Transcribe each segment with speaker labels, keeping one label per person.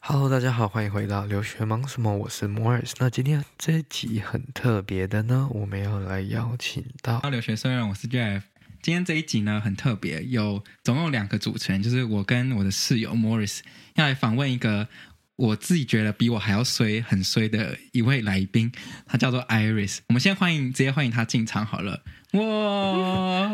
Speaker 1: Hello，大家好，欢迎回到留学忙什么？我是 Morris。那今天这一集很特别的呢，我们要来邀请到
Speaker 2: 到留学生，我是 Jeff。今天这一集呢很特别，有总共有两个主持人，就是我跟我的室友 Morris 要来访问一个我自己觉得比我还要衰、很衰的一位来宾，他叫做 Iris。我们先欢迎，直接欢迎他进场好了。哇，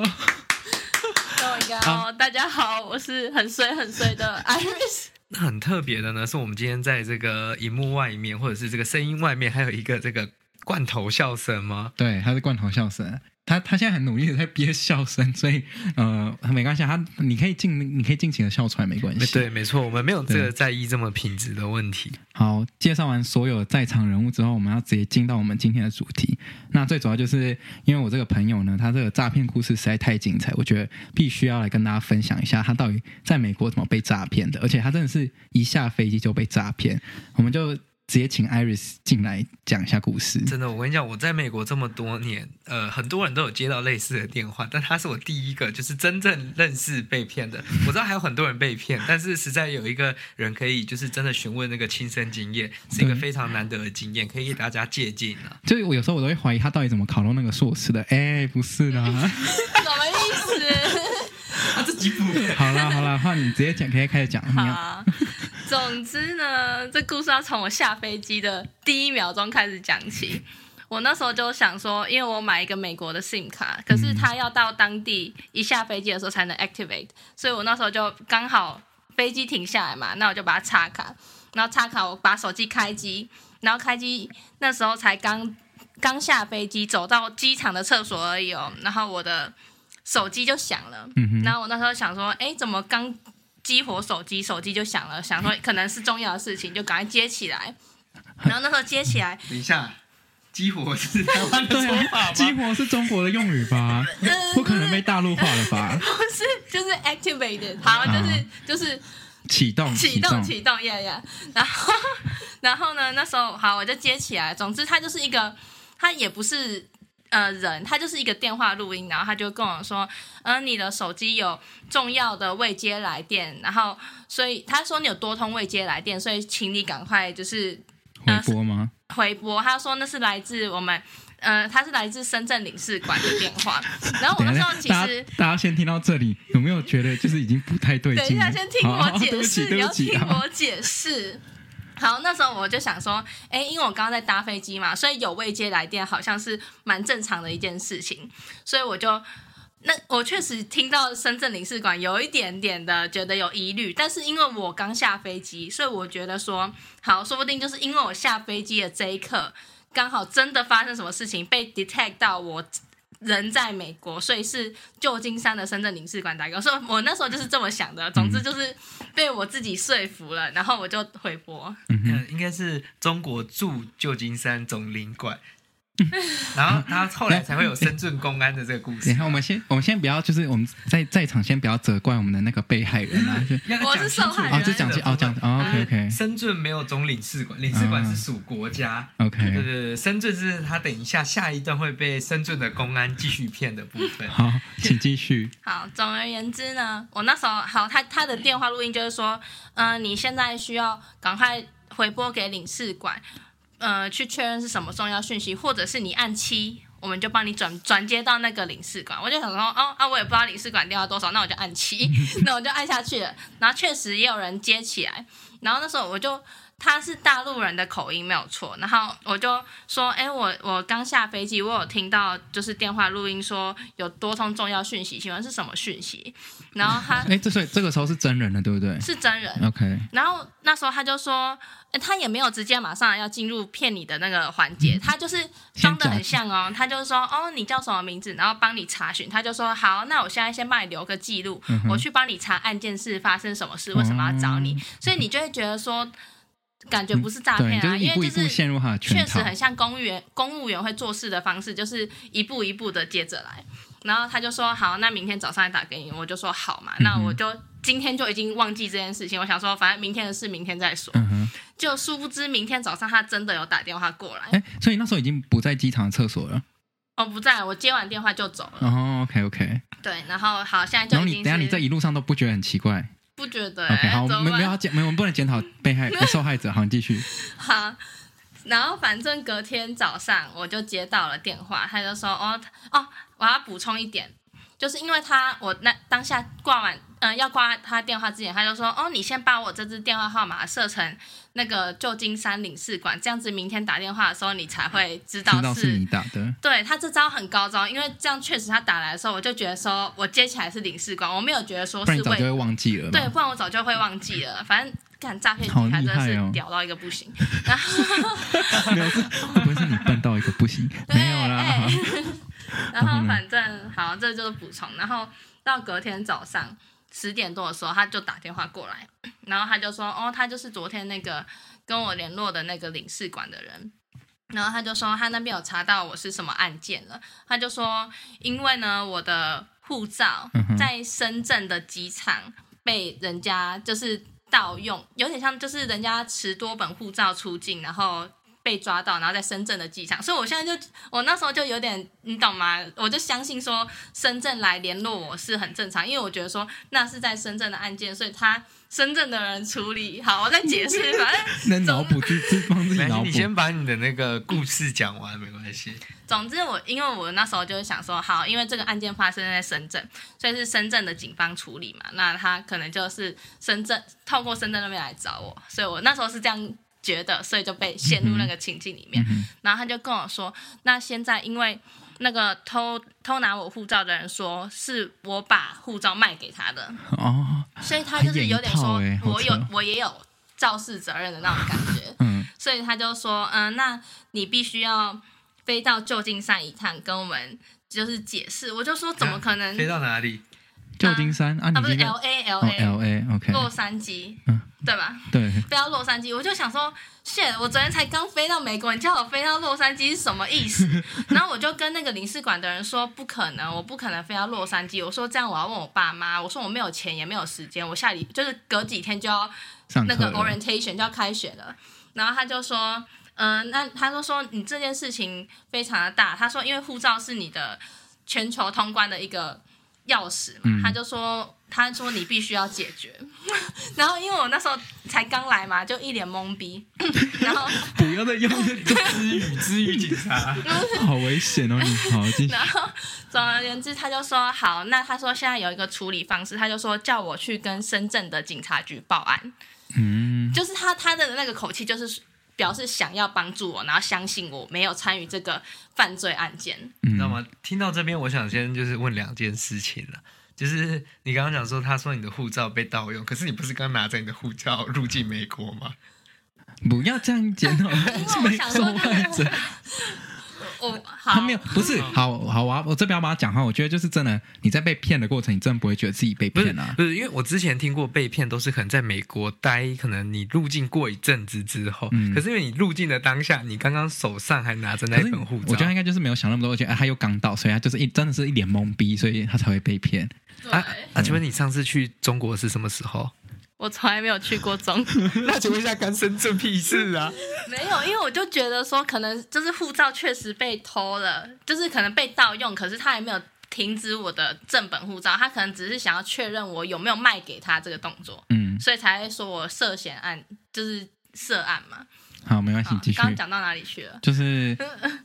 Speaker 3: 大家好，我是很衰很衰的 Iris。
Speaker 1: 那很特别的呢，是我们今天在这个荧幕外面，或者是这个声音外面，还有一个这个罐头笑声吗？
Speaker 2: 对，他是罐头笑声。他他现在很努力的在憋笑声，所以呃没关系，他你可以尽你可以尽情的笑出来，没关系。
Speaker 1: 对，没错，我们没有这个
Speaker 2: 对
Speaker 1: 在意这么品质的问题。
Speaker 2: 好，介绍完所有在场人物之后，我们要直接进到我们今天的主题。那最主要就是因为我这个朋友呢，他这个诈骗故事实在太精彩，我觉得必须要来跟大家分享一下他到底在美国怎么被诈骗的，而且他真的是一下飞机就被诈骗。我们就直接请 Iris 进来讲一下故事。
Speaker 1: 真的，我跟你讲，我在美国这么多年，呃，很多人都有接到类似的电话，但他是我第一个就是真正认识被骗的。我知道还有很多人被骗，但是实在有一个人可以就是真的询问那个亲身经验，是一
Speaker 2: 对
Speaker 1: 个非常难得的经验，可以给大家借鉴啊。
Speaker 2: 就是我有时候我都会怀疑他到底怎么考到那个硕士的。哎，不是啦，
Speaker 3: 什么意 思？啊
Speaker 1: 他自己补。
Speaker 2: 好啦好啦，话你直接讲，可以开始讲。你要
Speaker 3: 好，啊总之呢，这故事要从我下飞机的第一秒钟开始讲起。我那时候就想说，因为我买一个美国的 SIM 卡，可是它要到当地一下飞机的时候才能 activate，所以我那时候就刚好飞机停下来嘛，那我就把它插卡，然后插卡我把手机开机，然后开机那时候才刚刚下飞机，走到机场的厕所而已哦，然后我的手机就响了，
Speaker 2: 嗯哼
Speaker 3: 然后我那时候想说，哎，怎么刚激活手机，手机就响了，想说可能是重要的事情，就赶快接起来。然后那时候接起来，
Speaker 1: 等一下，激活是台湾的
Speaker 2: 对
Speaker 1: 说法
Speaker 2: 啊，
Speaker 1: 吗？
Speaker 2: 激活是中国的用语吧？不可能被大陆化了吧？
Speaker 3: 不是就是 activated，好，就是、
Speaker 2: 啊
Speaker 3: 就是
Speaker 2: 启动，
Speaker 3: 启动启动呀呀。然后 然后呢，那时候好我就接起来，总之它就是一个，它也不是。呃，人他就是一个电话录音，然后他就跟我说，嗯、你的手机有重要的未接来电，然后所以他说你有多通未接来电，所以请你赶快就是
Speaker 2: 回
Speaker 3: 啊
Speaker 2: 拨吗？
Speaker 3: 回拨，他说那是来自我们，呃，他是来自深圳领事馆的电 话。然后我
Speaker 2: 等
Speaker 3: 那
Speaker 2: 一
Speaker 3: 时
Speaker 2: 下
Speaker 3: 候，其
Speaker 2: 大
Speaker 3: 实
Speaker 2: 家，大家先听到这里，有没有觉得就是已经不太对
Speaker 3: 等一
Speaker 2: 劲了？
Speaker 3: 下先 听我
Speaker 2: 好啊对
Speaker 3: 解
Speaker 2: 不
Speaker 3: 释
Speaker 2: 起，，
Speaker 3: 你
Speaker 2: 对
Speaker 3: 要
Speaker 2: 不起
Speaker 3: 听
Speaker 2: 啊！
Speaker 3: 我解释。好，那时候我就想说，哎，因为我刚刚在搭飞机嘛，所以有未接来电好像是蛮正常的一件事情，所以我就。那我确实听到深圳领事馆有一点点的觉得有疑虑，但是因为我刚下飞机，所以我觉得说好，说不定就是因为我下飞机的这一刻，刚好真的发生什么事情被 detect 到我人在美国，所以是旧金山的深圳领事馆打给我，所以 我那时候就是这么想的。总之就是被我自己说服了，然后我就回拨。
Speaker 2: 嗯哼
Speaker 1: 嗯，应该是中国驻旧金山总领馆， 然后他后来才会有深圳公安的这个故
Speaker 2: 等
Speaker 1: 事
Speaker 2: 一。下，我们先，我们先不要，就是我们在在场先不要责怪我们的那个被害人 啊，就
Speaker 1: 要
Speaker 3: 我是
Speaker 1: 讲清楚
Speaker 3: 受害人
Speaker 2: 哦，就讲起哦，讲哦，OK OK
Speaker 1: 深圳没有总领事馆，领事馆是属国家。对对
Speaker 2: 嗯 OK，
Speaker 1: 对，深圳是他等一下下一段会被深圳的公安继续骗的部分。
Speaker 2: 好，请继续。
Speaker 3: 好，总而言之呢，我那时候好，他他的电话录音就是说，嗯、你现在需要赶快回拨给领事馆，呃，去确认是什么重要讯息，或者是你按七，我们就帮你转转接到那个领事馆。我就想说，哦啊，我也不知道领事馆电话多少， 那我就按七，那我就按下去了。然后确实也有人接起来，然后那时候我就他是大陆人的口音没有错，然后我就说，哎、我我刚下飞机，我有听到就是电话录音说有多通重要讯息，请问是什么讯息？然后他
Speaker 2: 哎，这所以这个时候是真人了，对不对
Speaker 3: 是真人，
Speaker 2: ？OK，
Speaker 3: 然后那时候他就说，诶他也没有直接马上要进入骗你的那个环节，
Speaker 2: 嗯
Speaker 3: 他就是装的很像哦，他就说哦你叫什么名字，然后帮你查询，他就说好，那我现在先帮你留个记录，
Speaker 2: 嗯哼嗯
Speaker 3: 我去帮你查案件是发生什么事，为什么要找你，所以你就会觉得说，感觉不是诈
Speaker 2: 对，
Speaker 3: 骗
Speaker 2: 就是
Speaker 3: 啊，
Speaker 2: 一
Speaker 3: 因
Speaker 2: 步
Speaker 3: 为
Speaker 2: 一
Speaker 3: 就
Speaker 2: 步陷
Speaker 3: 是
Speaker 2: 入他的圈
Speaker 3: 确实
Speaker 2: 套。
Speaker 3: 很像公务员公务员会做事的方式，就是一步一步的接着来。然后他就说好，那明天早上再打给你。我就说好
Speaker 2: 嗯
Speaker 3: 嘛，那我就今天就已经忘记这件事情。我想说，反正明天的事明天再说。
Speaker 2: 嗯哼，
Speaker 3: 就殊不知明天早上他真的有打电话过来，
Speaker 2: 哎，所以那时候已经不在机场的厕所了。
Speaker 3: 哦不在，我接完电话就走了。
Speaker 2: 哦，OK OK，
Speaker 3: 对，然后好，现在
Speaker 2: 然后
Speaker 3: 就已
Speaker 2: 你
Speaker 3: 经
Speaker 2: 等下你在
Speaker 3: 是
Speaker 2: 一路上都不觉得很奇怪
Speaker 3: 不觉得、
Speaker 2: ？OK，
Speaker 3: 哎
Speaker 2: 好，
Speaker 3: 怎
Speaker 2: 我们
Speaker 3: 么
Speaker 2: 不
Speaker 3: 办
Speaker 2: 要检，没有我们不能检讨被害受害者。好，你继续。
Speaker 3: 好，然后反正隔天早上我就接到了电话，他就说哦他哦，我要补充一点，就是因为他我那当下挂完嗯、呃要挂他电话之前，他就说哦你先把我这支电话号码设成那个旧金山领事馆，这样子明天打电话的时候你才会知道
Speaker 2: 知道是你打的，
Speaker 3: 对他这招很高招，因为这样确实他打来的时候，我就觉得说我接起来是领事馆，我没有觉得说
Speaker 2: 不然
Speaker 3: 是
Speaker 2: 你早就会
Speaker 3: 为
Speaker 2: 忘记了嘛。
Speaker 3: 对，不然我早就会忘记了。反正干诈骗集
Speaker 2: 好厉
Speaker 3: 团真的
Speaker 2: 害哦
Speaker 3: 是屌到一个 不行。然后
Speaker 2: 没有，是会不会是你笨到一个不行？
Speaker 3: 对
Speaker 2: 没有啦
Speaker 3: 哎， 然后反正好，这就是补充。然后到隔天早上十点多的时候，他就打电话过来，然后他就说：“哦，他就是昨天那个跟我联络的那个领事馆的人。”然后他就说他那边有查到我是什么案件了，他就说因为呢我的护照
Speaker 2: 嗯哼
Speaker 3: 在深圳的机场被人家就是盗用，有点像就是人家持多本护照出境，然后被抓到，然后在深圳的机场，所以我现在就我那时候就有点，你懂吗？我就相信说深圳来联络我是很正常，因为我觉得说那是在深圳的案件，所以他深圳的人处理好。我再解释，反正
Speaker 2: 能脑补自自帮自己
Speaker 1: 没关
Speaker 2: 脑
Speaker 1: 系，
Speaker 2: 补
Speaker 1: 你。先把你的那个故事讲完，没关系。
Speaker 3: 总之我因为我那时候就是想说，好，因为这个案件发生在深圳，所以是深圳的警方处理嘛，那他可能就是深圳透过深圳那边来找我，所以我那时候是这样觉得，所以就被陷入那个情境里面。
Speaker 2: 嗯
Speaker 3: 然后他就跟我说，那现在因为那个偷偷拿我护照的人说是我把护照卖给他的，
Speaker 2: 哼哦，
Speaker 3: 所以他就是有点说
Speaker 2: 还演一套欸
Speaker 3: 我
Speaker 2: 好扯
Speaker 3: 有我也有肇事责任的那种感觉。
Speaker 2: 嗯，
Speaker 3: 所以他就说，嗯、那你必须要飞到旧金山一趟，跟我们就是解释。我就说怎么可能
Speaker 1: 嗯飞？到哪里？
Speaker 2: 旧金山啊，
Speaker 3: 啊，
Speaker 2: 你
Speaker 3: 不是
Speaker 2: 这个
Speaker 3: L A 哦 L
Speaker 2: 哦
Speaker 3: A
Speaker 2: L A OK，
Speaker 3: 洛杉矶，
Speaker 2: 嗯
Speaker 3: 对吧？
Speaker 2: 对，
Speaker 3: 飞到洛杉矶，我就想说，shit，我昨天才刚飞到美国，你叫我飞到洛杉矶是什么意思？然后我就跟那个领事馆的人说，不可能，我不可能飞到洛杉矶。我说这样我要问我爸妈，我说我没有钱也没有时间，我下礼就是隔几天就要
Speaker 2: 上
Speaker 3: 那
Speaker 2: 课
Speaker 3: 个
Speaker 2: 了
Speaker 3: orientation 就要开学了，然后他就说，嗯、那他就说你这件事情非常的大，他说因为护照是你的全球通关的一个钥匙嘛，
Speaker 2: 嗯
Speaker 3: 他就说他说你必须要解决， 然后因为我那时候才刚来嘛，就一脸懵逼， 然后
Speaker 2: 不要再用这个词语，词语警察，好危险哦！你好，继续
Speaker 3: 然后总而言之，他就说好，那他说现在有一个处理方式，他就说叫我去跟深圳的警察局报案，
Speaker 2: 嗯，
Speaker 3: 就是他他的那个口气就是表示想要帮助我，然后相信我没有参与这个犯罪案 件。
Speaker 2: 你
Speaker 1: 你知道？吗？听到这边，我想先就是问两件事情了。就是你刚刚讲说，他说你的护照被盗用，可是你不是刚拿着你的护照入境美国吗？
Speaker 2: 不要这样检讨
Speaker 3: 因为我想
Speaker 2: 受
Speaker 3: 说
Speaker 2: 害者，
Speaker 3: 我好，嗯
Speaker 2: 他没有，不是，好好啊，我这边要帮他讲哈，我觉得就是真的，你在被骗的过程，你真的不会觉得自己被
Speaker 1: 不是
Speaker 2: 骗啊，
Speaker 1: 不是，因为我之前听过被骗都是可能在美国待，可能你入境过一阵子之后，
Speaker 2: 嗯
Speaker 1: 可是因为你入境的当下，你刚刚手上还拿着那
Speaker 2: 可是
Speaker 1: 本护
Speaker 2: 我
Speaker 1: 照
Speaker 2: 觉得他，应该就是没有想那么多，而且、啊、他又刚到，所以他就是一真的是一脸懵逼，所以他才会被骗。
Speaker 3: 对，
Speaker 1: 啊啊！请问你上次去中国是什么时候？
Speaker 3: 我从来没有去过中国，
Speaker 1: 那请问一下，干深圳屁事啊？
Speaker 3: 没有，因为我就觉得说，可能就是护照确实被偷了，就是可能被盗用，可是他也没有停止我的正本护照，他可能只是想要确认我有没有卖给他这个动作，
Speaker 2: 嗯，
Speaker 3: 所以才会说我涉嫌案，就是涉案嘛。
Speaker 2: 好，没关系
Speaker 3: 好，，
Speaker 2: 继续
Speaker 3: 刚。刚讲到哪里去了？
Speaker 2: 就是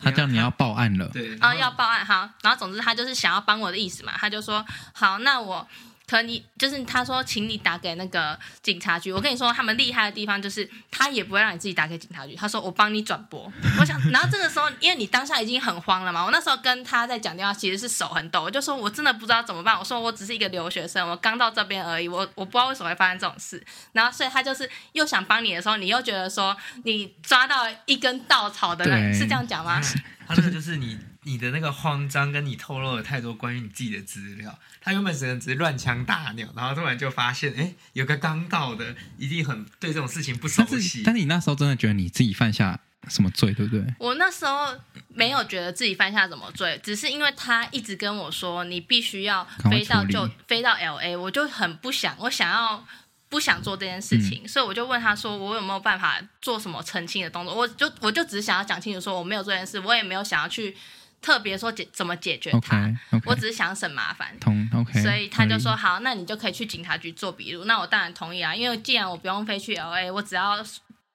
Speaker 2: 他叫你要报案了，
Speaker 3: 哦
Speaker 1: 对
Speaker 3: 啊，要报案哈。然后总之他就是想要帮我的意思嘛，他就说好，那我可你就是他说，请你打给那个警察局。我跟你说，他们厉害的地方就是他也不会让你自己打给警察局，他说我帮你转播。我想，然后这个时候，因为你当下已经很慌了嘛，我那时候跟他在讲电话，其实是手很抖，我就说我真的不知道怎么办。我说我只是一个留学生，我刚到这边而已，我我不知道为什么会发生这种事。然后，所以他就是又想帮你的时候，你又觉得说你抓到一根稻草的那，
Speaker 2: 对
Speaker 3: 是这样讲吗？
Speaker 1: 他那个就是你你的那个慌张，跟你透露了太多关于你自己的资料。他原本只能只是乱枪打鸟，然后突然就发现，哎，有个刚到的，一定很对这种事情不熟
Speaker 2: 但是
Speaker 1: 悉。
Speaker 2: 但是你那时候真的觉得你自己犯下什么罪，对不对？
Speaker 3: 我那时候没有觉得自己犯下什么罪，只是因为他一直跟我说你必须要飞到
Speaker 2: 赶快处
Speaker 3: 就
Speaker 2: 理
Speaker 3: 飞到 L A，我就很不想，我想要不想做这件事情，
Speaker 2: 嗯
Speaker 3: 所以我就问他说我有没有办法做什么澄清的动作？我就我就只是想要讲清楚说我没有做这件事，我也没有想要去特别说解怎么解决它
Speaker 2: OK OK，
Speaker 3: 啊我只是想省麻烦。
Speaker 2: 同 OK，
Speaker 3: 所以他就说
Speaker 2: 合理
Speaker 3: 好，那你就可以去警察局做笔录。那我当然同意啊，因为既然我不用飞去 L A，我只要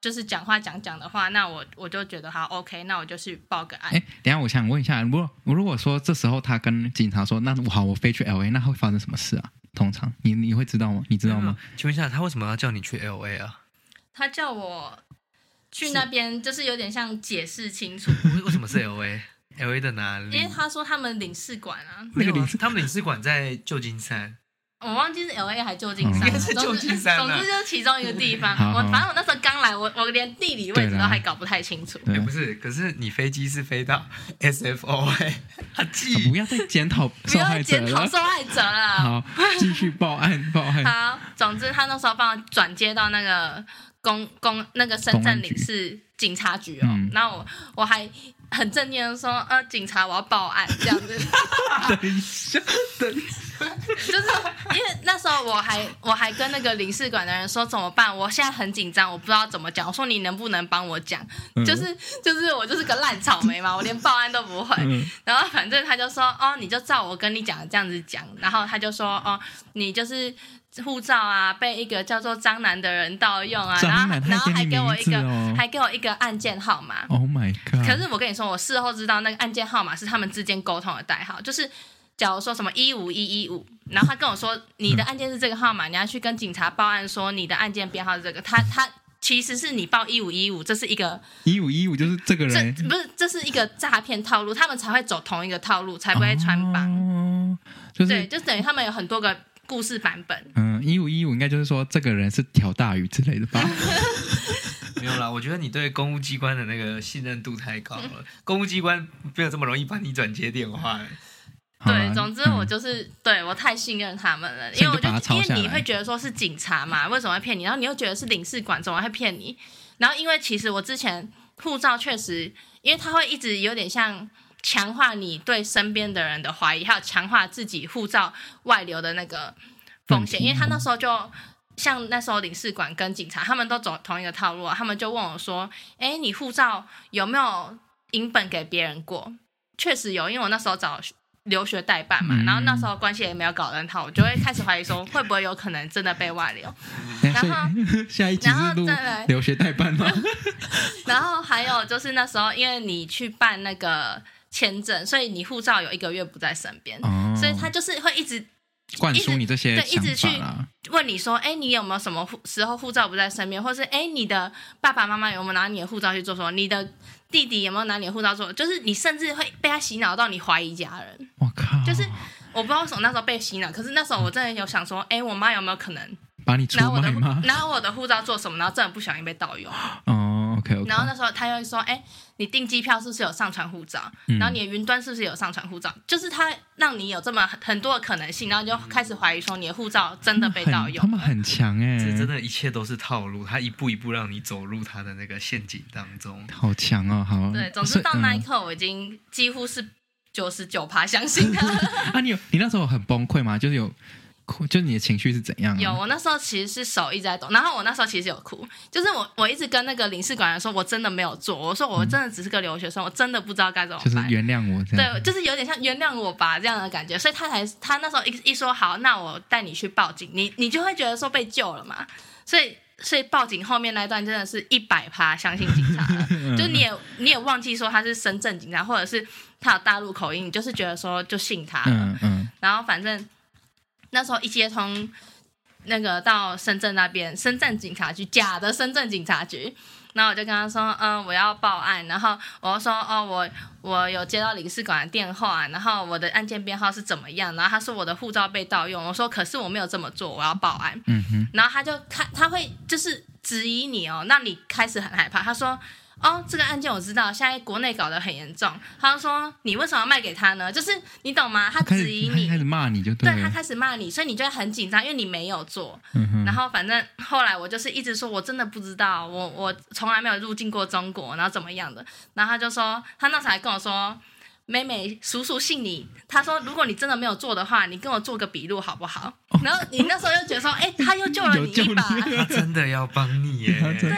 Speaker 3: 就是讲话讲讲的话，那我我就觉得好 OK，那我就去报个案。
Speaker 2: 哎，等一下我想问一下，如果如果说这时候他跟警察说，那我好，我飞去 L A，那会发生什么事啊？通常你你会知道吗？你知道吗？？
Speaker 1: 请问一下，他为什么要叫你去 L A 啊？
Speaker 3: 他叫我去那边，就是有点像解释清楚，
Speaker 2: 嗯
Speaker 1: 为为什么是 L A？L A 的哪里？
Speaker 3: 因为他说他们领事馆啊，
Speaker 1: 没有啊他们领事馆在旧金 山。
Speaker 3: 我忘记是 L A 还旧金
Speaker 2: 应
Speaker 3: 山了，
Speaker 1: 该是 旧金山啊
Speaker 3: 总之总之就是其中一个地方。
Speaker 2: 嗯
Speaker 3: 啊
Speaker 2: 好好
Speaker 3: 我反正我那时候刚来，我我连地理位置
Speaker 2: 对
Speaker 3: 都
Speaker 2: 啦
Speaker 3: 还搞不太清楚。
Speaker 2: 对
Speaker 1: 哎、不是，可是你飞机是飞到 SFO 哎、 他记、
Speaker 2: 啊不要再检讨
Speaker 3: 不
Speaker 2: 受
Speaker 3: 要
Speaker 2: 害者
Speaker 3: 检讨
Speaker 2: 了。
Speaker 3: 受害者了。
Speaker 2: 好，继续报案报案。
Speaker 3: 好，总之他那时候帮我转接到那个公公那个深圳领事警察局哦
Speaker 2: 嗯，
Speaker 3: 然后我我还很正经的说，呃，警察我要报案这样子，
Speaker 2: 等一下，等一下
Speaker 3: 就是 因为那时候我还我还跟那个领事馆的人说怎么办，我现在很紧张，我不知道怎么讲，我说你能不能帮我讲，
Speaker 2: 嗯
Speaker 3: 就是就是我就是个烂草莓嘛，我连报案都不会，
Speaker 2: 嗯
Speaker 3: 然后反正他就说，哦，你就照我跟你讲的这样子讲。然后他就说，哦，你就是护照啊，被一个叫做张楠的人盗用啊，然
Speaker 2: 张
Speaker 3: 后
Speaker 2: 楠
Speaker 3: 然后还
Speaker 2: 还给你
Speaker 3: 给我一
Speaker 2: 名字
Speaker 3: 个、
Speaker 2: 哦
Speaker 3: 还给我一个案件号码。
Speaker 2: ，Oh my god！
Speaker 3: 可是我跟你说，我事后知道那个案件号码是他们之间沟通的代号，就是假如说什么一五一一五，然后他跟我说你的案件是这个号码，你要去跟警察报案说你的案件编号是这个，他他。其实是你报一五一五，这是一个
Speaker 2: 一五一五就是这个
Speaker 3: 这
Speaker 2: 人
Speaker 3: 不是这是一个诈骗套路，他们才会走同一个套路，才不会穿帮。
Speaker 2: 哦就是
Speaker 3: 对，就等于他们有很多个故事版本。
Speaker 2: 嗯，一五一五应该就是说这个人是条大鱼之类的 吧？
Speaker 1: 没有啦，我觉得你对公务机关的那个信任度太高了， 公务机关没有这么容易帮你转接电话、哎
Speaker 2: 好
Speaker 3: 对，
Speaker 2: 啦
Speaker 3: 总之
Speaker 2: 嗯
Speaker 3: 我就是、对我太信任他们了，
Speaker 2: 所以
Speaker 3: 因
Speaker 2: 你
Speaker 3: 为我
Speaker 2: 就把它抄
Speaker 3: 因
Speaker 2: 下
Speaker 3: 为
Speaker 2: 来
Speaker 3: 你会觉得说是警察嘛，为什么会骗你？然后你又觉得是领事馆，怎么会骗你？然后因为其实我之前护照确实，因为他会一直有点像强化你对身边的人的怀疑，还有强化自己护照外流的那个风
Speaker 2: 问
Speaker 3: 险，
Speaker 2: 题
Speaker 3: 因为他那时候就。像那时候领事馆跟警察他们都走同一个套路、啊，他们就问我说：“哎、你护照有没有影本给别人过？”确实有，因为我那时候找留学代办嘛，
Speaker 2: 嗯
Speaker 3: 然后那时候关系也没有搞得很好，我就会开始怀疑说会不会有可能真的被外流。
Speaker 2: 等一下
Speaker 3: 然
Speaker 2: 哎所以 下一集
Speaker 3: 然
Speaker 2: 是
Speaker 3: 后
Speaker 2: 录
Speaker 3: 再来
Speaker 2: 留学代办 吗？
Speaker 3: 然后还有就是那时候因为你去办那个签证，所以你护照有一个月不在身边，
Speaker 2: 哦，
Speaker 3: 所以他就是会一直
Speaker 2: 灌输你这些
Speaker 3: 对一直
Speaker 2: 想法啦。
Speaker 3: 问你说，哎，你有没有什么护时候护照不在身边，或是哎，你的爸爸妈妈有没有拿你的护照去做什么？你的弟弟有没有拿你的护照做？就是你甚至会被他洗脑到你怀疑家人。
Speaker 2: 我靠，
Speaker 3: 就是我不知道为什么那时候被洗脑，可是那时候我真的有想说，哎，我妈有没有可能
Speaker 2: 把你出
Speaker 3: 拿我的
Speaker 2: 卖
Speaker 3: 护
Speaker 2: 吗？
Speaker 3: 拿我的护照做什么？然后真的不小心被盗用。
Speaker 2: 哦，OK OK。
Speaker 3: 然后那时候他又会说，哎、你订机票是不是有上传护照？
Speaker 2: 嗯
Speaker 3: 然后你的云端是不是有上传护照？就是他让你有这么很很多的可能性，然后就开始怀疑说你的护照真的被盗
Speaker 2: 很他
Speaker 3: 用
Speaker 2: 们。很强哎，
Speaker 1: 这真的一切都是套路，他一步一步让你走入他的那个陷阱当中。
Speaker 2: 好强哦，好。
Speaker 3: 对，总
Speaker 2: 所
Speaker 3: 之
Speaker 2: 以
Speaker 3: 到那一
Speaker 2: 嗯
Speaker 3: 刻我已经几乎是九十九趴相信他。
Speaker 2: 啊，你有你那时候很崩溃吗？就是有哭，就是你的情绪是怎样啊？
Speaker 3: 有，我那时候其实是手一直在抖，然后我那时候其实有哭，就是我我一直跟那个领事馆人说，我真的没有做，我说我真的只是个留学生，我真的不知道该怎么
Speaker 2: 嗯就是
Speaker 3: 办。
Speaker 2: 原谅我这样。
Speaker 3: 对，就是有点像原谅我吧这样的感觉，所以他才他那时候一一说好，那我带你去报警，你你就会觉得说被救了嘛，所以所以报警后面那一段真的是一百趴相信警察 了，
Speaker 2: 嗯
Speaker 3: 就你也你也忘记说他是深圳警察，
Speaker 2: 嗯
Speaker 3: 或者是他有大陆口音，你就是觉得说就信他了，
Speaker 2: 嗯嗯，
Speaker 3: 然后反正那时候一接通那个到深圳那边，深圳警察局，假的深圳警察局。然后我就跟他说，嗯，我要报案。然后我就说，哦，我我有接到领事馆的电话，然后我的案件编号是怎么样？然后他说我的护照被盗用。我说，可是我没有这么做，我要报案。
Speaker 2: 嗯哼，
Speaker 3: 然后他哦就他他会就是质疑你哦，让你开始很害怕。他说：“哦，这个案件我知道，现在国内搞得很严重。”他就说：“你为什么要卖给他呢？”就是你懂吗？他
Speaker 2: 开
Speaker 3: 质疑
Speaker 2: 始他开
Speaker 3: 你，
Speaker 2: 始骂你就
Speaker 3: 对他
Speaker 2: 了，
Speaker 3: 开始骂你，所以你就会很紧张，因为你没有做。
Speaker 2: 嗯哼，
Speaker 3: 然后反正后来我就是一直说，我真的不知道，我我从来没有入境过中国，然后怎么样的。然后他就说，他那时候还跟我说，妹妹叔叔信你，他说如果你真的没有做的话，你跟我做个笔录好不好？然后你那时候就觉得说，哎、他又救了
Speaker 2: 有
Speaker 3: 你
Speaker 2: 救
Speaker 3: 一把。
Speaker 2: 你
Speaker 1: 他真的要帮你耶！
Speaker 2: 他真
Speaker 3: 对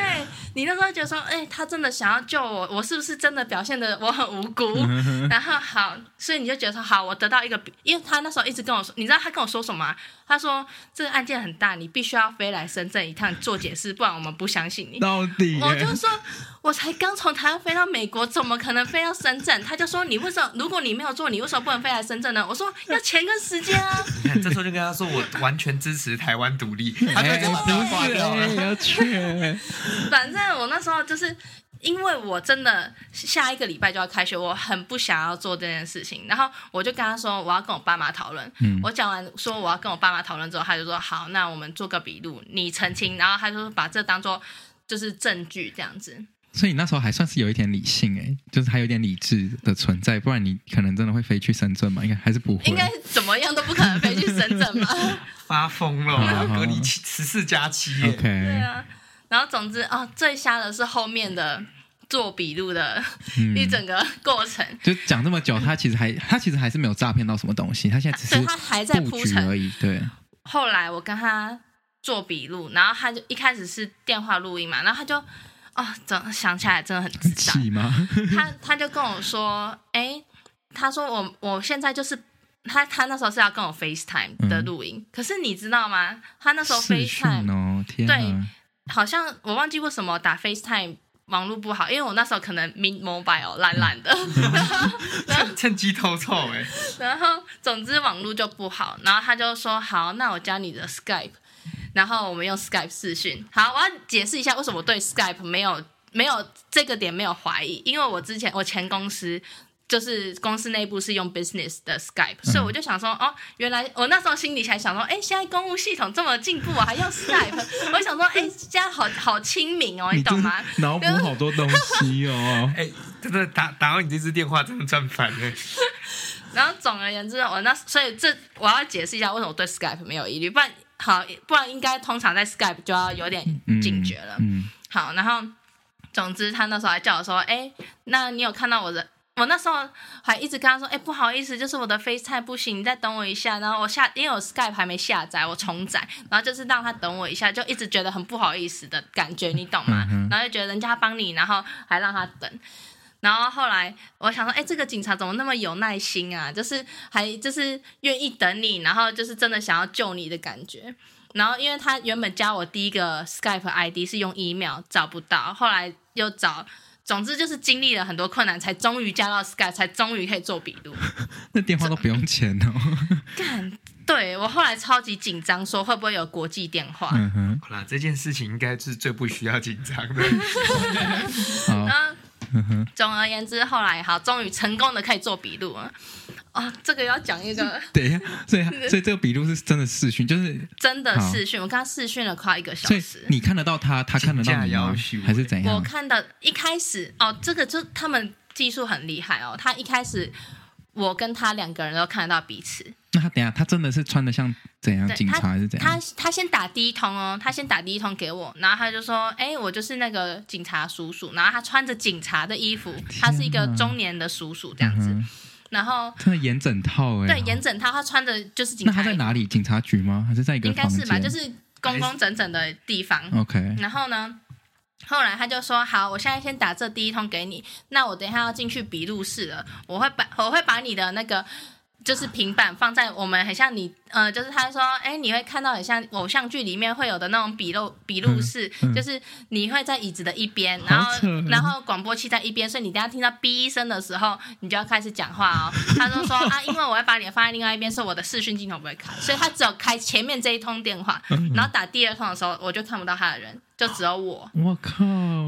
Speaker 3: 你那时候觉得说，哎、他真的想要救我，我是不是真的表现的我很无辜？
Speaker 2: 嗯哼
Speaker 3: 然后好，所以你就觉得说好，我得到一个比，因为他那时候一直跟我说，你知道他跟我说什么吗、他说这个案件很大，你必须要飞来深圳一趟做解释，不然我们不相信 你。
Speaker 2: 到底欸耶
Speaker 3: 我就说，我才刚从台湾飞到美国，怎么可能飞到深圳？他就说，你为什么？如果你没有做，你为什么不能飞来深圳呢？我说要钱跟时间啊。
Speaker 1: 你 看，这时候就跟他说，我完全支持台湾独 立，他
Speaker 2: 哎
Speaker 1: 就
Speaker 2: 不
Speaker 1: 整个挂
Speaker 2: 是
Speaker 1: 掉了。
Speaker 2: 哎要去
Speaker 3: 反正我那时候就是因为我真的下一个礼拜就要开学，我很不想要做这件事情，然后我就跟他说我要跟我爸妈讨论。
Speaker 2: 嗯
Speaker 3: 我讲完说我要跟我爸妈讨论之后，他就说好，那我们做个笔录，你澄清，然后他就说把这当做就是证据这样子。
Speaker 2: 所以你那时候还算是有一点理性哎，就是还有一点理智的存在，不然你可能真的会飞去深圳嘛？应该还是不会，
Speaker 3: 应该怎么样都不可能飞去深圳吧？
Speaker 1: 发疯了，隔离七十四加七耶
Speaker 2: 嗯 OK，
Speaker 3: 对啊。然后总之啊、哦最瞎的是后面的做笔录的
Speaker 2: 嗯
Speaker 3: 一整个过程，
Speaker 2: 就讲这么久，他其实还他其实还是没有诈骗到什么东西，他现在只
Speaker 3: 所以啊他
Speaker 2: 是
Speaker 3: 还在
Speaker 2: 布
Speaker 3: 铺
Speaker 2: 局
Speaker 3: 陈
Speaker 2: 而已。对，
Speaker 3: 后来我跟他做笔录，然后他就一开始是电话录音嘛，然后他就哦，怎想起来真的很智障。
Speaker 2: 气吗？
Speaker 3: 他他就跟我说，哎、他说我我现在就是他他那时候是要跟我 FaceTime 的录音，可是你知道吗？他那时候
Speaker 2: 嗯 视讯
Speaker 3: FaceTime、
Speaker 2: 哦，天哪！
Speaker 3: 好像我忘记为什么打 FaceTime 网络不好，因为我那时候可能 Min Mobile 烂烂 的。
Speaker 1: 趁趁机偷臭哎！。
Speaker 3: 然后总之网络就不好，然后他就说好，那我加你的 Skype，然后我们用 Skype 视讯。好，我要解释一下为什么我对 Skype 没有没有这个点没有怀疑，因为我之前我前公司。就是公司内部是用 business 的 Skype，、所以我就想说，哦，原来我那时候心里才想说，哎、现在公务系统这么进步啊，还用 Skype，我想说，哎、这样好好亲民哦，你懂吗？
Speaker 2: 真的脑补好多东西哦
Speaker 1: 哎，真的打打到你这支电话，真的赚翻了。
Speaker 3: 然后总而言之，我那所以这我要解释一下为什么我对 Skype 没有疑虑，不然好，不然应该通常在 Skype 就要有点
Speaker 2: 嗯
Speaker 3: 警觉哎了。
Speaker 2: 嗯，
Speaker 3: 好，然后总之他那时候还叫我说，哎，那你有看到我的？我那时候还一直跟他说，哎，不好意思，就是我的 FaceTime 不行，你再等我一下。然后我下，因为我 Skype 还没下载，我重载，然后就是让他等我一下，就一直觉得很不好意思的感觉，你懂吗？
Speaker 2: 嗯哼
Speaker 3: 然后就觉得人家帮你，然后还让他等。然后后来我想说，哎，这个警察怎么那么有耐心啊？就是还就是愿意等你，然后就是真的想要救你的感觉。然后因为他原本加我第一个 Skype ID 是用 email 找不到，后来又找，总之就是经历了很多困难，才终于加到 Skype，才终于可以做笔 录。
Speaker 2: 那电话都不用钱哦。
Speaker 3: 干，对我后来超级紧张，说会不会有国际电话？
Speaker 2: 嗯哼，
Speaker 1: 好啦，这件事情应该是最不需要紧张的。
Speaker 2: 好，
Speaker 3: 那
Speaker 2: 嗯哼，
Speaker 3: 总而言之，后来好，终于成功的可以做笔录了。哦，这个要讲一 个
Speaker 2: 等一下，所以所以这个笔录是真的视讯，就是
Speaker 3: 真的
Speaker 2: 好
Speaker 3: 视讯，我跟他视讯了快一个小
Speaker 2: 所以
Speaker 3: 时。
Speaker 2: 你看得到他，他看得到
Speaker 1: 请
Speaker 2: 你啊
Speaker 1: 假
Speaker 2: 吗
Speaker 1: 要求？
Speaker 2: 还是怎
Speaker 3: 我
Speaker 2: 样？
Speaker 3: 看到一开始哦，这个就他们技术很厉害哦。他一开始我跟他两个人都看得到彼此，
Speaker 2: 那他等一下，他真的是穿的像怎样
Speaker 3: 对
Speaker 2: 警察还是怎
Speaker 3: 他
Speaker 2: 样？
Speaker 3: 他先打第一通哦，他先打第一通给我，然后他就说：“哎，我就是那个警察叔叔。”然后他穿着警察的衣服，他是一个中年的叔叔这样子。
Speaker 2: 嗯哼
Speaker 3: 然后
Speaker 2: 真的严整套哎。
Speaker 3: 对严整他，他穿着就是警
Speaker 2: 那
Speaker 3: 察，
Speaker 2: 他在哪里？警察局吗？还是在一个
Speaker 3: 应该
Speaker 2: 房间？哦
Speaker 3: 是吧，就是工工整整的地方。
Speaker 2: OK。
Speaker 3: 然后呢，后来他就说：“好，我现在先打这第一通给你，那我等一下要进去笔录室了，我会把我会把你的那个就是平板放在我们很像你呃，就是他说，哎，你会看到很像偶像剧里面会有的那种笔录笔录式，
Speaker 2: 嗯嗯
Speaker 3: 就是你会在椅子的 一边，
Speaker 2: 好
Speaker 3: 然后
Speaker 2: 扯哦
Speaker 3: 然后广播器在一边，所以你等一下听到哔一声的时候，你就要开始讲话哦。他就说啊，因为我会把你放在另外一边，所以我的视讯镜头不会开，所以他只有开前面这一通电话，
Speaker 2: 嗯
Speaker 3: 然后打第二通的时候，我就看不到他的人，就只有我。
Speaker 2: 我靠，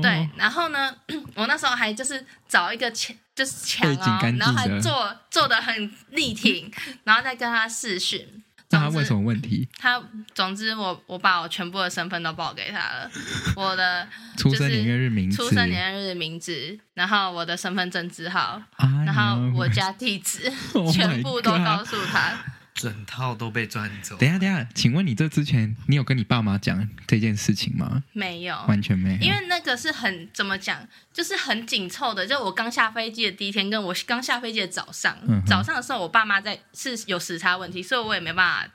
Speaker 3: 对，，然后呢， 我那时候还就是找一个墙，就是墙
Speaker 2: 背景
Speaker 3: 哦
Speaker 2: 干净，的
Speaker 3: 然后还做做的很 力挺，然后再跟他视讯。
Speaker 2: 那他
Speaker 3: 总之
Speaker 2: 问什么问题？
Speaker 3: 他总之我我把我全部的身份都报给他 了，我的
Speaker 2: 出生年月日名字，
Speaker 3: 出生年月日名字，然后我的身份证字号，
Speaker 2: 啊，
Speaker 3: 然后我
Speaker 2: 家
Speaker 3: 家地址
Speaker 2: Oh my
Speaker 3: 全部都告诉他。
Speaker 1: 整套都被赚走
Speaker 2: 等。一下等一下，请问你这之前你有跟你爸妈讲这件事情吗？
Speaker 3: 没有，
Speaker 2: 完全没有，
Speaker 3: 哦因为那个是很怎么讲，就是很紧凑的。就我刚下飞机的第一天，跟我刚下飞机的早上，
Speaker 2: 嗯哼
Speaker 3: 早上的时候我爸妈在是有时差问题，所以我也没办法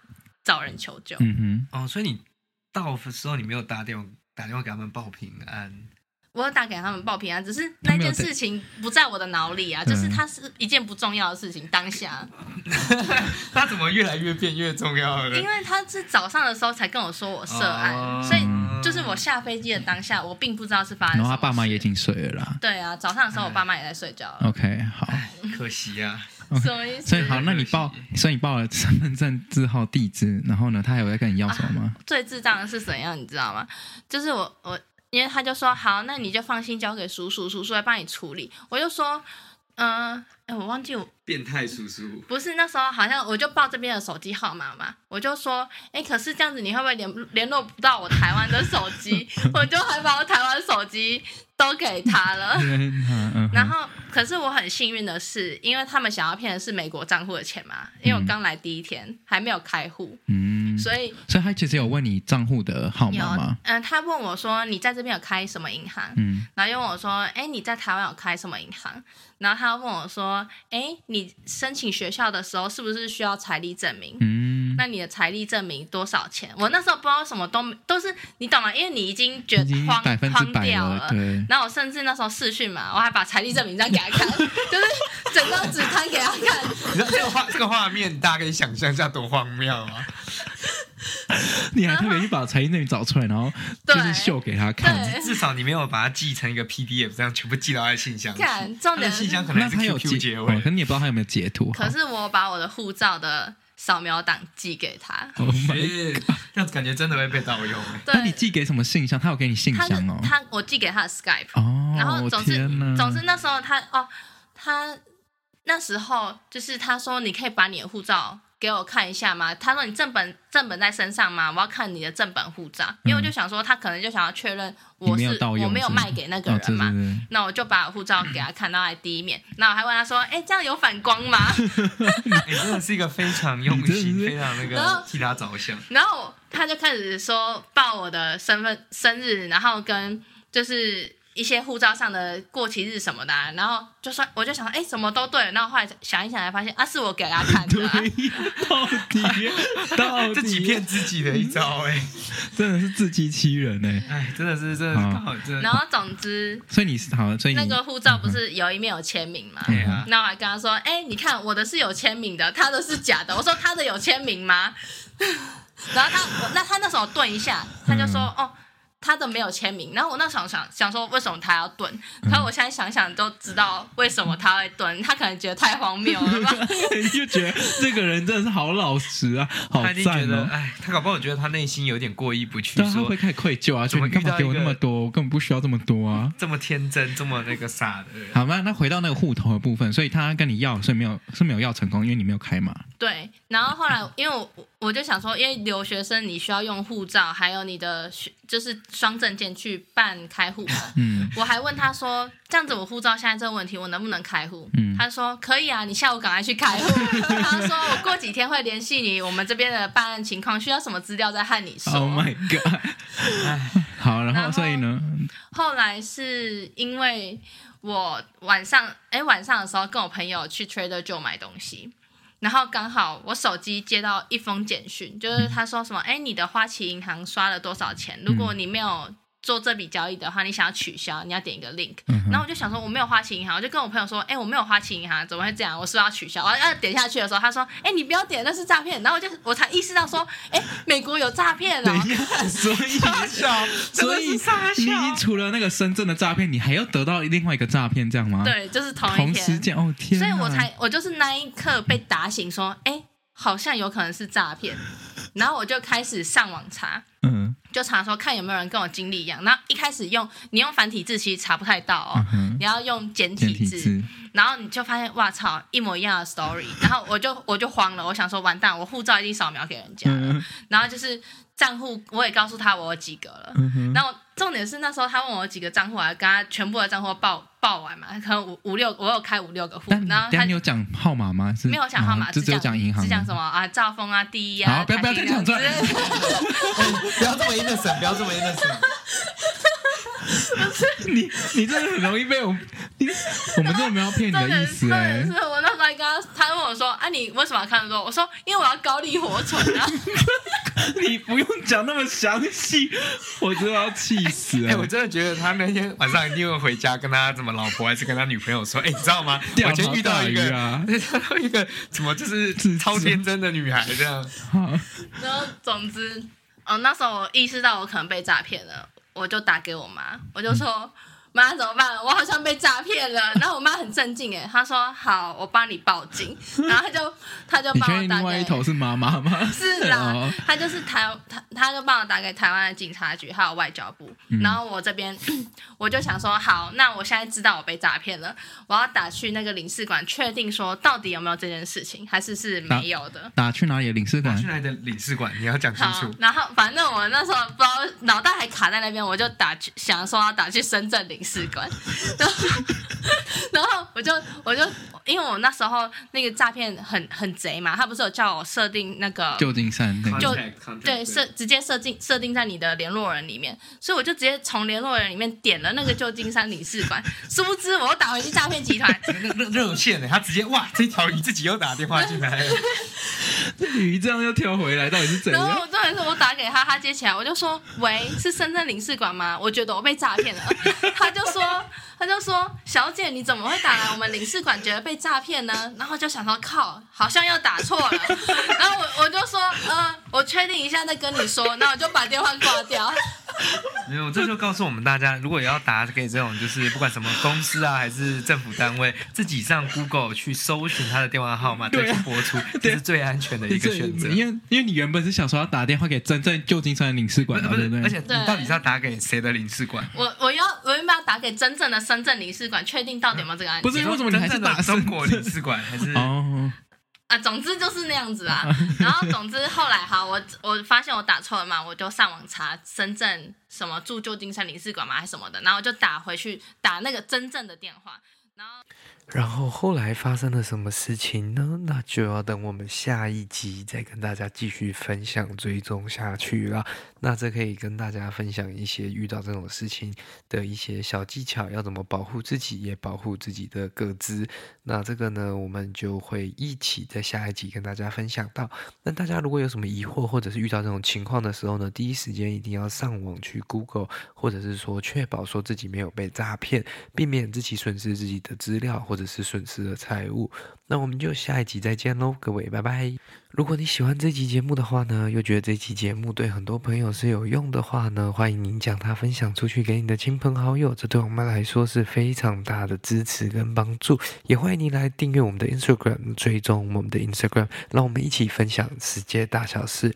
Speaker 3: 找人求救。
Speaker 2: 嗯哼，
Speaker 1: 哦，所以你到的时候你没有打电话打电话给他们报平安，
Speaker 3: 我有打给他们报平安，只是
Speaker 2: 他
Speaker 3: 那
Speaker 2: 没有
Speaker 3: 件
Speaker 2: 在
Speaker 3: 事情不在我的脑里啊，
Speaker 2: 嗯
Speaker 3: 就是它是一件不重要的事情，当下，
Speaker 1: 他怎么越来越变越重要了
Speaker 3: 因？为他是早上的时候才跟我说我涉案，
Speaker 1: 哦
Speaker 3: 所以就是我下飞机的当下，我并不知道是发生什
Speaker 2: 然
Speaker 3: 么
Speaker 2: 后他爸妈
Speaker 3: 事
Speaker 2: 也已经睡了啦。
Speaker 3: 对啊，早上的时候我爸妈也在睡觉了，
Speaker 2: OK，好，
Speaker 3: 哎
Speaker 1: 可惜啊，
Speaker 3: 什么意思？
Speaker 2: 所以好，那你报，所以你报了身份证字号、地址，然后呢，他还有在跟你要什么吗？
Speaker 3: 最智障的是怎样，你知道吗？就是我我，因为他就说好，那你就放心交给叔叔，叔叔来帮你处理。我就说，嗯、哎，我忘记我
Speaker 1: 变态叔叔，
Speaker 3: 不是那时候好像我就报这边的手机号码嘛，我就说，哎、可是这样子你会不会联联络不到我台湾的手机？ 我就还把我台湾手机都给他了。
Speaker 2: 天哪嗯哼
Speaker 3: 然后，可是我很幸运的是，因为他们想要骗的是美国账户的钱嘛，因为我刚来第一天还没有开户，
Speaker 2: 嗯，
Speaker 3: 所以
Speaker 2: 所以他其实有问你账户的号
Speaker 3: 有
Speaker 2: 码
Speaker 3: 嗯
Speaker 2: 吗、？
Speaker 3: 他问我说你在这边有开什么银行？
Speaker 2: 嗯，
Speaker 3: 然后又问我说，哎，你在台湾有开什么银行？然后他问我说，哎，你申请学校的时候是不是需要财力证明？
Speaker 2: 嗯，
Speaker 3: 那你的财力证明多少钱？我那时候不知道什么都没都是你懂吗？因为你已经觉
Speaker 2: 已
Speaker 3: 得
Speaker 2: 经
Speaker 3: 慌
Speaker 2: 百分之
Speaker 3: 慌
Speaker 2: 百
Speaker 3: 掉
Speaker 2: 了，对。
Speaker 3: 然后我甚至那时候试训嘛，我还把财力证明单给他看， 就是整张纸摊给他看，
Speaker 1: 你知道 这个画这个画面，大家可以想象一下多荒谬啊！
Speaker 2: 你还特别去把财经证明找出来，然后就是
Speaker 3: 对
Speaker 2: 秀给他看。
Speaker 3: 对，
Speaker 1: 至少你没有把它寄成一个 PDF，这样全部寄到他的信箱去。
Speaker 3: 看重
Speaker 1: 他的
Speaker 3: 点是
Speaker 1: 信箱可能
Speaker 2: 那
Speaker 1: 还是
Speaker 2: 他有
Speaker 1: QQ
Speaker 2: 截，
Speaker 1: 结
Speaker 2: 哦
Speaker 1: 尾
Speaker 2: 可，你也不知道他有没有截图。
Speaker 3: 可是我把我的护照的扫描档寄给他，
Speaker 2: 好，Oh my-
Speaker 1: 是哎这样子感觉真的会被盗用 欸。
Speaker 2: 那哎你
Speaker 3: 对，
Speaker 2: 寄给什么信箱？他有给你信
Speaker 3: 他是
Speaker 2: 箱哦。
Speaker 3: 他我寄给他的 Skype，、
Speaker 2: 哦，
Speaker 3: 然后总是
Speaker 2: 天哪
Speaker 3: 总是那时候他哦他那时候就是他说你可以把你的护照。给我看一下吗？他说你正本正本在身上吗？我要看你的正本护照，因为我就想说他可能就想要确认
Speaker 2: 嗯你
Speaker 3: 我
Speaker 2: 没
Speaker 3: 是
Speaker 2: 有盗用，
Speaker 3: 我没有
Speaker 2: 是吗
Speaker 3: 卖给那个人嘛。
Speaker 2: 哦、对对对
Speaker 3: 那我就把护照给他看到在第一面，那我还问他说：“哎、这样有反光吗
Speaker 1: 你哎真的是一个非常用
Speaker 2: 你真
Speaker 1: 心、
Speaker 2: 的是
Speaker 1: 非常那
Speaker 3: 然后
Speaker 1: 个替他着想。？”
Speaker 3: 然后他就开始说报我的身份、生日，然后跟就是一些护照上的过期日什么的啊、然后就说我就想，哎、什么都对。然后后来想一想，才发现啊，是我给他看的啊、
Speaker 2: 对，到底到底
Speaker 1: 自己骗自己的一招哎、
Speaker 2: 真的是自欺欺人哎、
Speaker 1: 哎，真的是，真的是
Speaker 2: 好
Speaker 1: 刚好，真
Speaker 3: 然
Speaker 1: 的。
Speaker 3: 后总之，
Speaker 2: 所以你是好，所以你哎
Speaker 3: 那个护照不是有一面有签名吗？
Speaker 1: 对啊，
Speaker 3: 那我还跟他说：“哎、你看我的是有签名的，他的是假的。”我说：“他的有签名吗？” 然后他，我那他那时候顿一下，他就说：“哦，他的没有签名。”然后我那时候想想说，为什么他要顿？可是我现在想想都知道为什么他会顿，他可能觉得太荒谬了吧？
Speaker 2: 你就觉得这个人真的是好老实啊，好
Speaker 1: 他一定觉
Speaker 2: 赞
Speaker 1: 得，
Speaker 2: 哦。
Speaker 1: 哎，他搞不好觉得他内心有点过意不去
Speaker 2: 对，啊，他
Speaker 1: 说
Speaker 2: 会开始愧疚啊，觉
Speaker 1: 怎
Speaker 2: 得
Speaker 1: 么
Speaker 2: 你干
Speaker 1: 遇
Speaker 2: 嘛
Speaker 1: 到
Speaker 2: 给我
Speaker 1: 一
Speaker 2: 那
Speaker 1: 个
Speaker 2: 么多，我根本不需要这么多啊。
Speaker 1: 这么天真，这么那个傻的人。
Speaker 2: 好吧，那回到那个户头的部分，所以他跟你要，所以没有是没有要成功，因为你没有开嘛。
Speaker 3: 对。然后后来，因为我我就想说，因为留学生你需要用护照，还有你的学就是双证件去办开户嘛。
Speaker 2: 嗯，
Speaker 3: 我还问他说：“这样子我护照现在这个问题，我能不能开户？”
Speaker 2: 嗯
Speaker 3: 他说：“可以啊，你下午赶快 去开户。”他说：“我过几天会联系你，我们这边的办案情况需要什么资料再和你说。
Speaker 2: Oh my god！好，然
Speaker 3: 然
Speaker 2: 后
Speaker 3: 后
Speaker 2: 所以呢，
Speaker 3: 后来是因为我晚上哎、晚上的时候跟我朋友去 Trader Joe 买东西，然后刚好我手机接到一封简讯，就是他说什么哎、你的花旗银行刷了多少钱？如果你没有做这笔交易的话，你想要取消，你要点一个 link。
Speaker 2: 嗯哼
Speaker 3: 然后我就想说，我没有花旗银行，我就跟我朋友说，哎、我没有花旗银行，怎么会这样？我是不是要取消？然后要点下去的时候，他说，哎、你不要点，那是诈骗。然后我就我才意识到说，哎、美国有诈骗哦
Speaker 2: 等。一下，所 以所以
Speaker 1: 真的是傻笑
Speaker 2: 你除了那个深圳的诈骗，你还要得到另外一个诈骗，这样吗？，
Speaker 3: 对，就是同一
Speaker 2: 同
Speaker 3: 天，
Speaker 2: 时间哦，天
Speaker 3: 所
Speaker 2: 哪！
Speaker 3: 以我才我就是那一刻被打醒，说，哎、好像有可能是诈骗。然后我就开始上网查，
Speaker 2: 嗯
Speaker 3: 就查说看有没有人跟我经历一样。然后一开始用你用繁体字其实查不太到哦，
Speaker 2: 嗯哼，
Speaker 3: 你要用简
Speaker 2: 简
Speaker 3: 体
Speaker 2: 体
Speaker 3: 字，
Speaker 2: 字，
Speaker 3: 然后你就发现哇操，一模一样 的 story。然后我就我就慌了，我想说完蛋，我护照一定扫描给人家了。
Speaker 2: 嗯
Speaker 3: 然后就是账户我也告诉他我有几个了。
Speaker 2: 嗯哼，
Speaker 3: 然后重点是那时候他问我有几个账户，我还跟他全部的账户报报完嘛，可能五五六我有开五六个户
Speaker 2: 但，你
Speaker 3: 然
Speaker 2: 等
Speaker 3: 后
Speaker 2: 一下
Speaker 3: 他
Speaker 2: 你有讲号码吗？是
Speaker 3: 没有讲号码，
Speaker 2: 哦就只有讲银行，
Speaker 3: 只讲什
Speaker 2: 么？
Speaker 3: 么啊，兆丰啊，第一啊，
Speaker 2: 好不要不要
Speaker 3: 台积
Speaker 2: 再
Speaker 3: 啊
Speaker 2: 讲出来
Speaker 3: 之类的
Speaker 4: 不要这么 innocent，不要这么 innocent。
Speaker 2: 你你真的很容易被我们，你我们真的没有要骗你
Speaker 3: 重
Speaker 2: 的
Speaker 3: 点
Speaker 2: 意
Speaker 3: 是重
Speaker 2: 思哎
Speaker 3: 点是。我那时候还跟他，他问我说：“啊，你为什么要看那么多？”我说：“因为我要高利活存啊。
Speaker 2: 你不用讲那么详细，我真的要气死
Speaker 1: 哎、我真的觉得他那天晚上一定会回家跟他怎么老婆还是跟他女朋友说，哎、你知道吗？
Speaker 2: 钓
Speaker 1: 我今天遇到一个，
Speaker 2: 到 大鱼啊
Speaker 1: 遇到一个怎么就是超天真的女孩这样。
Speaker 2: 好，”
Speaker 3: 然后总之，哦，那时候我意识到我可能被诈骗了，我就打给我妈，我就说：“妈，怎么办？我好像被诈骗了。”然后我妈很震惊，哎，她说：“好，我帮你报警。”然后她就她就
Speaker 2: 你
Speaker 3: 帮
Speaker 2: 确
Speaker 3: 我
Speaker 2: 定
Speaker 3: 打
Speaker 2: 另外一
Speaker 3: 给。
Speaker 2: 头是妈妈吗？
Speaker 3: 是啦
Speaker 2: 哦，
Speaker 3: 她就是台她她就帮我打给台湾的警察局还有外交部，
Speaker 2: 嗯
Speaker 3: 然后我这边 我就想说，好，那我现在知道我被诈骗了，我要打去那个领事馆确定说到底有没有这件事情，还是是没有的。
Speaker 2: 打去哪里？领事
Speaker 1: 拿
Speaker 2: 馆
Speaker 1: 去。哪里的领事馆？你要讲清
Speaker 3: 好
Speaker 1: 楚，。
Speaker 3: 然后反正我那时候不知道，脑袋还卡在那边，我就打去想说要打去深圳领事 馆，然后然后我就我就因为我那时候那个诈骗很很贼嘛，他不是有叫我设定那个
Speaker 2: 旧金山那个
Speaker 3: 就
Speaker 1: Contact, contact,
Speaker 3: 对，设直接设定设定在你的联络人里面，所以我就直接从联络人里面点了那个旧金山领事馆， 殊不知我又打回去诈骗集团，
Speaker 1: 热热热
Speaker 2: 欸
Speaker 1: 线呢、他直接哇，这条鱼自己又打电话进来了。
Speaker 2: 鱼 这样又跳回来，到底是怎
Speaker 3: 然
Speaker 2: 样？
Speaker 3: 后重点是我打给他，他接起来，我就说喂，是深圳领事馆吗？我觉得我被诈骗了， 他就说他就说小姐你怎么会打来我们领事馆觉得被诈骗呢？然后就想说靠，好像又打错了，然后我我就说呃，我确定一下再跟你说，那我就把电话挂掉。
Speaker 1: 没有，这就告诉我们大家，如果要打给这种就是不管什么公司啊，还是政府单位，自己上 Google 去搜寻他的电话号码再
Speaker 2: 啊
Speaker 1: 去播出，这是最安全的一个选择。
Speaker 2: 因为因为你原本是想说要打电话给真正旧金山的领事馆嘛，
Speaker 1: 不
Speaker 2: 对
Speaker 1: 是
Speaker 2: 不，对？
Speaker 1: 而且你到底是要打给谁的领事馆？
Speaker 3: 我我要我原本要打给真正的深圳领事馆，确定到底有没有这个案
Speaker 2: 不
Speaker 3: 件。
Speaker 2: 是为什么你还是
Speaker 1: 真正
Speaker 2: 打
Speaker 1: 的中国领事馆？还是
Speaker 2: 哦，
Speaker 3: 啊，总之就是那样子啊。然后总之后来哈，我我发现我打错了嘛，我就上网查深圳什么驻旧金山领事馆嘛还是什么的，然后我就打回去打那个真正的电话。
Speaker 5: 然后后来发生了什么事情呢？那就要等我们下一集再跟大家继续分享追踪下去啦。那这可以跟大家分享一些遇到这种事情的一些小技巧，要怎么保护自己，也保护自己的个资。那这个呢，我们就会一起在下一集跟大家分享到。那大家如果有什么疑惑，或者是遇到这种情况的时候呢，第一时间一定要上网去 Google，或者是说确保说自己没有被诈骗。避免自己损失自己的资料或者是损失了财物。那我们就下一集再见喽，各位，拜拜。如果你喜欢这期节目的话呢，又觉得这期节目对很多朋友是有用的话呢，欢迎您将它分享出去给你的亲朋好友，这对我们来说是非常大的支持跟帮助。也欢迎您来订阅我们的 Instagram，追踪我们的 Instagram，让我们一起分享世界大小事。